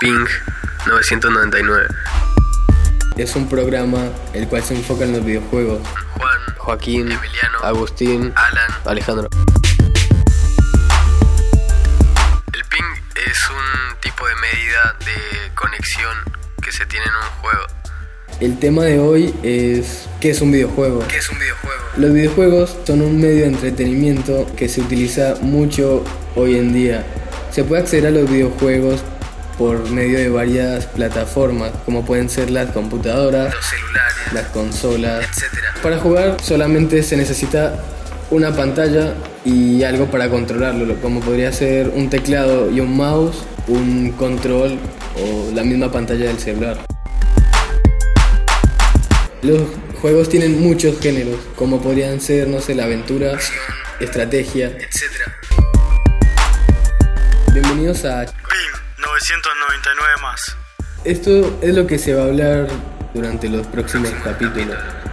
Ping 999. Es un programa el cual se enfoca en los videojuegos. Juan, Joaquín, Emiliano, Agustín, Alan. Alejandro. El ping es un tipo de medida de conexión que se tiene en un juego. El tema de hoy es ¿qué es un videojuego? ¿Qué es un videojuego? Los videojuegos son un medio de entretenimiento que se utiliza mucho hoy en día. Se puede acceder a los videojuegos por medio de varias plataformas, como pueden ser las computadoras, Los celulares, las consolas. etcétera. Para jugar solamente se necesita una pantalla y algo para controlarlo, lo- como podría ser un teclado y un mouse, un control o la misma pantalla del celular. Los juegos tienen muchos géneros, como podrían ser, no sé, la aventura, estrategia, etcétera. Bienvenidos a... Ping 999 más. Esto es lo que se va a hablar durante los próximos capítulos.